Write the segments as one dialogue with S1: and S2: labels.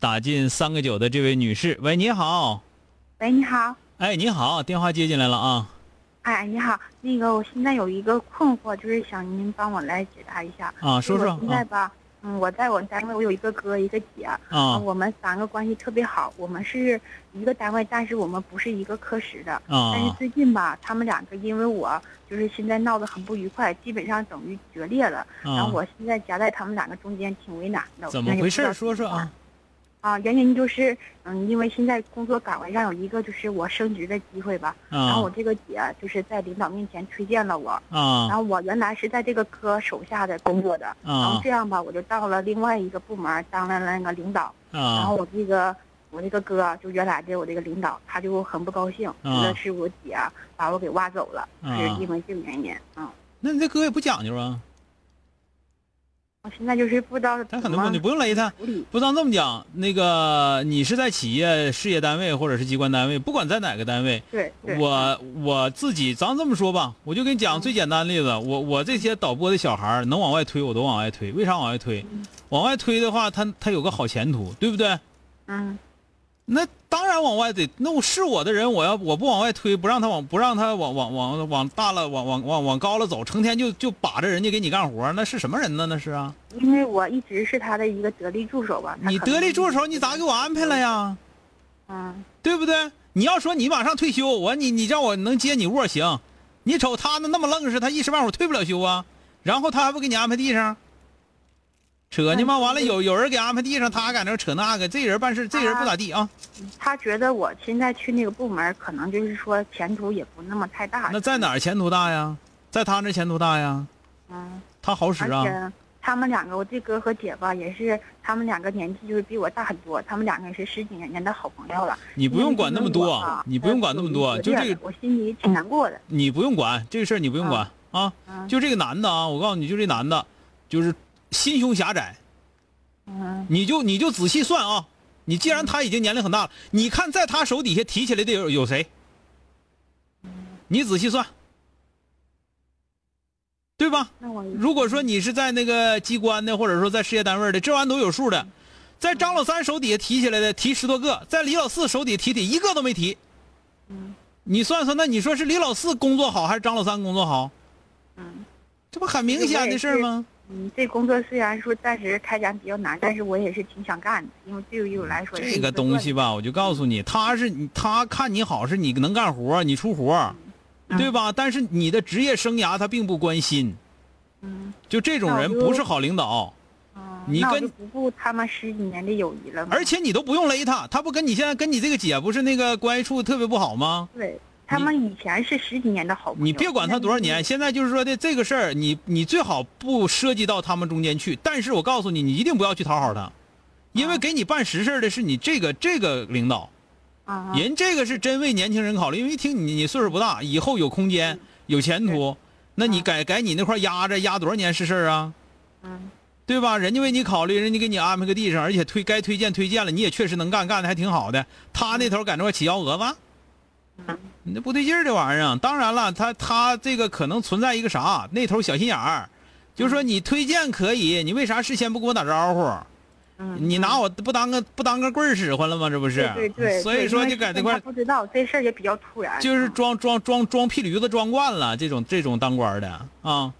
S1: 打进三个九的这位女士，喂，你好，
S2: 喂，你好，
S1: 哎，你好，电话接进来了啊。
S2: 哎，你好，那个我现在有一个困惑，就是想您帮我来解答一下。
S1: 啊说说
S2: 就是我现在吧，嗯，我在我单位，我有一个哥，一个姐，嗯
S1: 啊
S2: 我们三个关系特别好，我们是一个单位，但是我们不是一个科室的。但是
S1: 啊
S2: 最近吧，他们两个因为我就是现在闹得很不愉快，基本上等于决裂了。然后
S1: 啊！
S2: 我现在夹在他们两个中间，挺为难的。我
S1: 怎
S2: 现在
S1: 么
S2: 也
S1: 回
S2: 不知
S1: 事？
S2: 道
S1: 说说啊。
S2: 啊，原因就是，嗯，因为现在工作岗位上有一个就是我升职的机会吧，然后我
S1: 啊
S2: 这个姐就是在领导面前推荐了我，然
S1: 啊
S2: 后我原来是在这个科手下的工作的，然后
S1: 啊
S2: 这样吧，我就到了另外一个部门当了那个领导，然后
S1: 啊
S2: 我这个我这个哥就原来的我这个领导，他就很不高兴，觉
S1: 啊
S2: 得是我姐把我给挖走了，是
S1: 啊！
S2: 因为这个原因，嗯。
S1: 那你这哥也不讲究啊，
S2: 我现在就是不知道
S1: 他
S2: 怎
S1: 很多
S2: 么
S1: 问题不用勒他。
S2: 处理，
S1: 不咱这么讲，那个你是在企业、事业单位或者是机关单位，不管在哪个单位，
S2: 对对，
S1: 我我自己，咱这么说吧，我就跟你讲
S2: 嗯
S1: 最简单的例子，我我这些导播的小孩儿能往外推，我都往外推。为啥往外推？往外推的话，他他有个好前途，对不对？
S2: 嗯
S1: 那当然往外得，那我是我的人，我要我不往外推，不让他往不让他往往往往大了往往往往高了走，成天就就把着人家给你干活儿，那是什么人呢？那是啊，
S2: 因为我一直是他的一个得力助手吧。他
S1: 你
S2: 可
S1: 得
S2: 能
S1: 力助手，你咋给我安排了呀？
S2: 嗯，
S1: 对不对？你要说你马上退休，我你你让我能接你窝行，你瞅他那那么愣实，他一时半会儿退不了休啊。然后他还不给你安排地上，啊扯呢吗？完了有有人给安排地上，他还搁那扯那个，这人办事这人不咋地啊。
S2: 他觉得我现在去那个部门，可能就是说前途也不那么太大。
S1: 那在哪？儿前途大呀？在他那前途大呀？
S2: 嗯，
S1: 他好使
S2: 而
S1: 啊
S2: 且他们两个，我这哥和姐吧，也是他们两个年纪就是比我大很多，他们两个也是十几年的好朋友了。
S1: 你不用管那么
S2: 因为我
S1: 多
S2: 吧，
S1: 你不用管那么多，就这个
S2: 我心里挺难过的。
S1: 你不用管这个事儿，你不用管啊。
S2: 嗯
S1: 就这个男的啊，我告诉你，就这男的，就是心胸狭窄，
S2: 嗯
S1: 你就你就仔细算啊，你既然他已经年龄很大了，你看在他手底下提起来的有有谁？你仔细算，对吧？
S2: 那我
S1: 如果说你是在那个机关的，或者说在事业单位的，这玩意儿都有数的。在张老三手底下提起来的提十多个，在李老四手底下提提一个都没提。
S2: 嗯
S1: 你算算，那你说是李老四工作好还是张老三工作好？
S2: 嗯
S1: 这不很明显的事儿吗？
S2: 嗯，这工作虽然说暂时开展比较难，但是我也是挺想干的，因为对于我来说
S1: 这个东西吧，我就告诉你，他是你他看你好是你能干活，你出活，
S2: 嗯
S1: 对吧？但是你的职业生涯他并不关心，
S2: 嗯
S1: 就这种人
S2: 那我就
S1: 不是好领导，
S2: 嗯，
S1: 你
S2: 那我
S1: 跟
S2: 就不顾他们十几年的友谊了嘛。
S1: 而且你都不用勒他，他不跟你现在跟你这个姐不是那个关系处特别不好吗？
S2: 对他
S1: 你
S2: 们以前是十几年的好朋友，
S1: 你别管他多少年，
S2: 现
S1: 现在就是说的这个事儿，你你最好不涉及到他们中间去。但是我告诉你，你一定不要去讨好他，因为
S2: 啊
S1: 给你办实事儿的是你这个这个领导。
S2: 在啊啊
S1: 人这个是真为年轻人考虑，因为一听你你岁数不大，以后有空间、有前途，那你
S2: 嗯
S1: 改改你那块压着压多少年是事儿啊，
S2: 嗯
S1: 对吧？人家为你考虑，人家给你安排个地上，而且推该推荐推荐了，你也确实能干，干的还挺好的。他那头搁那块起幺蛾子，
S2: 嗯
S1: 你那不对劲儿这玩意儿啊。当然了，他他这个可能存在一个啥，那头小心眼儿，就是说你推荐可以，你为啥事先不跟我打招呼？
S2: 嗯，
S1: 你拿我不当个不当个棍儿使唤了吗？这不是？
S2: 对对对，
S1: 啊所以
S2: 对
S1: 说
S2: 因
S1: 就
S2: 为
S1: 搁
S2: 是
S1: 这块
S2: 他不知道这事儿也比较突然，啊
S1: 就是装装装装屁驴子装惯了，这种这种当官的啊，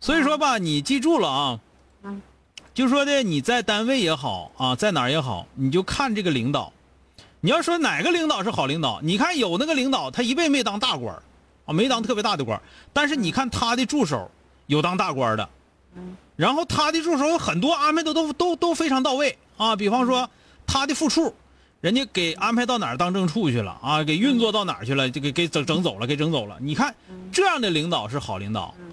S1: 所以说吧，你记住了啊，
S2: 嗯，
S1: 就说的你在单位也好啊，在哪儿也好，你就看这个领导，你要说哪个领导是好领导，你看有那个领导他一辈没当大官儿啊，没当特别大的官儿，但是你看他的助手有当大官儿的，
S2: 嗯
S1: 然后他的助手有很多安排的都都都非常到位啊，比方说他的副处，人家给安排到哪儿当正处去了啊，给运作到哪儿去了，就给给整整走了，给整走了。你看
S2: 嗯
S1: 这样的领导是好领导，
S2: 嗯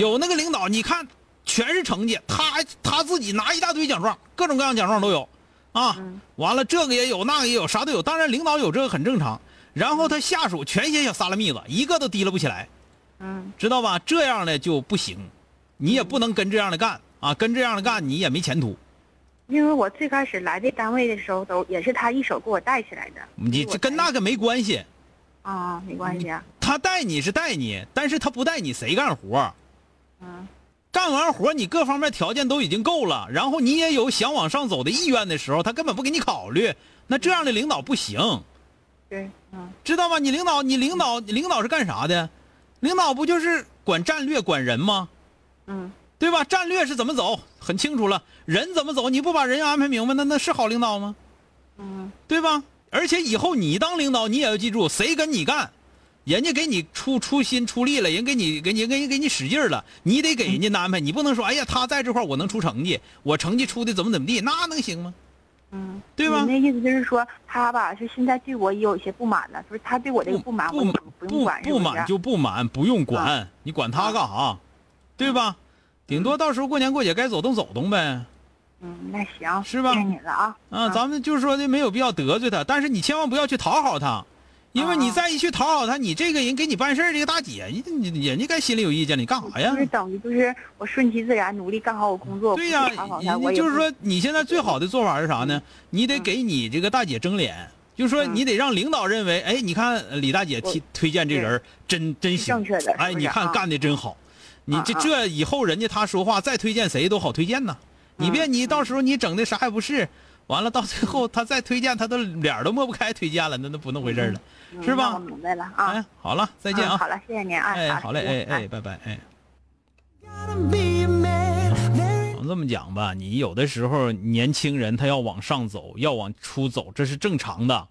S1: 有那个领导你看全是成绩，他他自己拿一大堆奖状，各种各样奖状都有啊，
S2: 嗯
S1: 完了这个也有那个也有，啥都有。当然领导有这个很正常，然后他下属全些小撒拉蜜子，一个都提了不起来。
S2: 嗯
S1: 知道吧？这样的就不行，你也不能跟这样的干啊，跟这样的干你也没前途。
S2: 因为我最开始来这单位的时候，都也是他一手给我带起来的。
S1: 你这跟那个没关系，
S2: 啊、没关系啊。
S1: 他带你是带你，但是他不带你谁干活？
S2: 嗯
S1: 干完活你各方面条件都已经够了，然后你也有想往上走的意愿的时候，他根本不给你考虑。那这样的领导不行，
S2: 对，嗯
S1: 知道吗？你领导，你领导，你领导是干啥的？领导不就是管战略、管人吗？
S2: 嗯
S1: 对吧？战略是怎么走，很清楚了。人怎么走，你不把人安排明白，那那是好领导吗？
S2: 嗯
S1: 对吧？而且以后你当领导，你也要记住，谁跟你干，人家给你出出心出力了，人给你给你给你给你使劲儿了，你得给人家安排，你不能说哎呀，他在这块儿我能出成绩，我成绩出的怎么怎么地，那能行吗？
S2: 嗯，
S1: 对吧
S2: 你那意思就是说，他吧是现在对我也有一些不满了，就是他对我这个
S1: 不
S2: 满，我
S1: 不
S2: 也
S1: 满
S2: 不用管，是
S1: 不
S2: 是啊
S1: 满就不满，不用管，你管他干啥？对吧？顶多到时候过年过节该走动走动呗。
S2: 嗯，那行，
S1: 是吧
S2: 谢谢你了啊。
S1: 啊，咱们就是说的没有必要得罪他，但是你千万不要去讨好他，因为你
S2: 啊
S1: 再一去讨好他，你这个人给你办事儿这个大姐，你你人家该心里有意见，你干啥呀
S2: 就？是等于就是我顺其自然，努力干好我工作，
S1: 对
S2: 不
S1: 呀
S2: 去讨好，他，
S1: 人
S2: 我
S1: 家
S2: 也
S1: 就是
S2: 不
S1: 说，你现在最好的做法是啥呢？你得给你这个大姐争脸，就是说
S2: 嗯
S1: 你得让领导认为，哎，你看李大姐
S2: 我
S1: 提推荐这人儿真真
S2: 是正
S1: 行，
S2: 确的，是不
S1: 哎，
S2: 是
S1: 你看
S2: 啊
S1: 干的真好，你这
S2: 啊啊
S1: 这以后人家他说话再推荐谁都好推荐呐，你别
S2: 嗯
S1: 你到时候你整的啥也不是，完了到最后他再推荐他都脸儿都抹不开推荐了，那那不那回事儿了。
S2: 嗯
S1: 是吧
S2: 那我明白了啊
S1: 哎，，好了，再见
S2: 嗯
S1: 啊，
S2: 好了，谢谢您啊，
S1: 哎，好嘞，
S2: 谢谢
S1: 哎哎，拜拜，哎。咱们这么讲吧，你有的时候年轻人他要往上走，要往出走，这是正常的。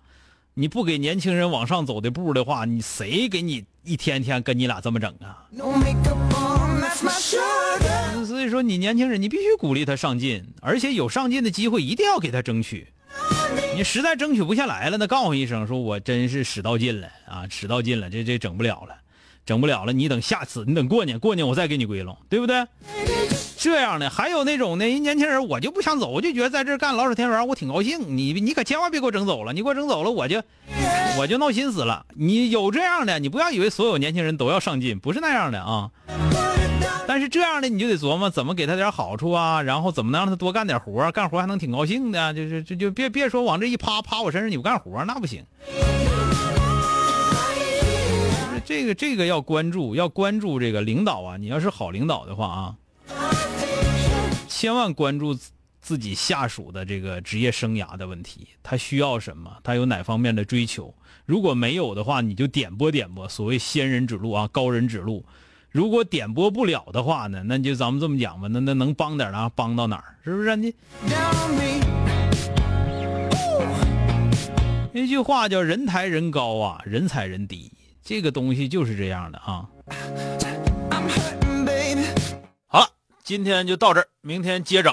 S1: 你不给年轻人往上走的步的话，你谁给你一天天跟你俩这么整啊？
S3: No makeup on, that's my sugar.
S1: 所以说，你年轻人你必须鼓励他上进，而且有上进的机会一定要给他争取。你实在争取不下来了，那告诉一声，说我真是使到劲了啊，使到劲了，这这整不了了，整不了了。你等下次，你等过年，过年我再给你归拢，对不对？这样的，还有那种呢，人年轻人我就不想走，我就觉得在这儿干老鼠田园，我挺高兴。你你可千万别给我整走了，你给我整走了，我就我就闹心死了。你有这样的，你不要以为所有年轻人都要上进，不是那样的啊。但是这样的你就得琢磨怎么给他点好处啊，然后怎么能让他多干点活儿，干活还能挺高兴的啊、就是就就别别说往这一趴趴我身上你不干活儿那不行。就是这个这个要关注，要关注这个领导啊，你要是好领导的话啊，千万关注自自己下属的这个职业生涯的问题，他需要什么，他有哪方面的追求，如果没有的话，你就点拨点拨，所谓先人指路啊，高人指路。如果点拨不了的话呢，那就咱们这么讲吧，那那能帮点儿啊，帮到哪儿？是不是？你
S3: Down me.
S1: 那句话叫“人抬人高啊，人踩人低”，这个东西就是这样的啊。
S3: I'm hurting, baby.
S1: 好了，今天就到这儿，明天接整。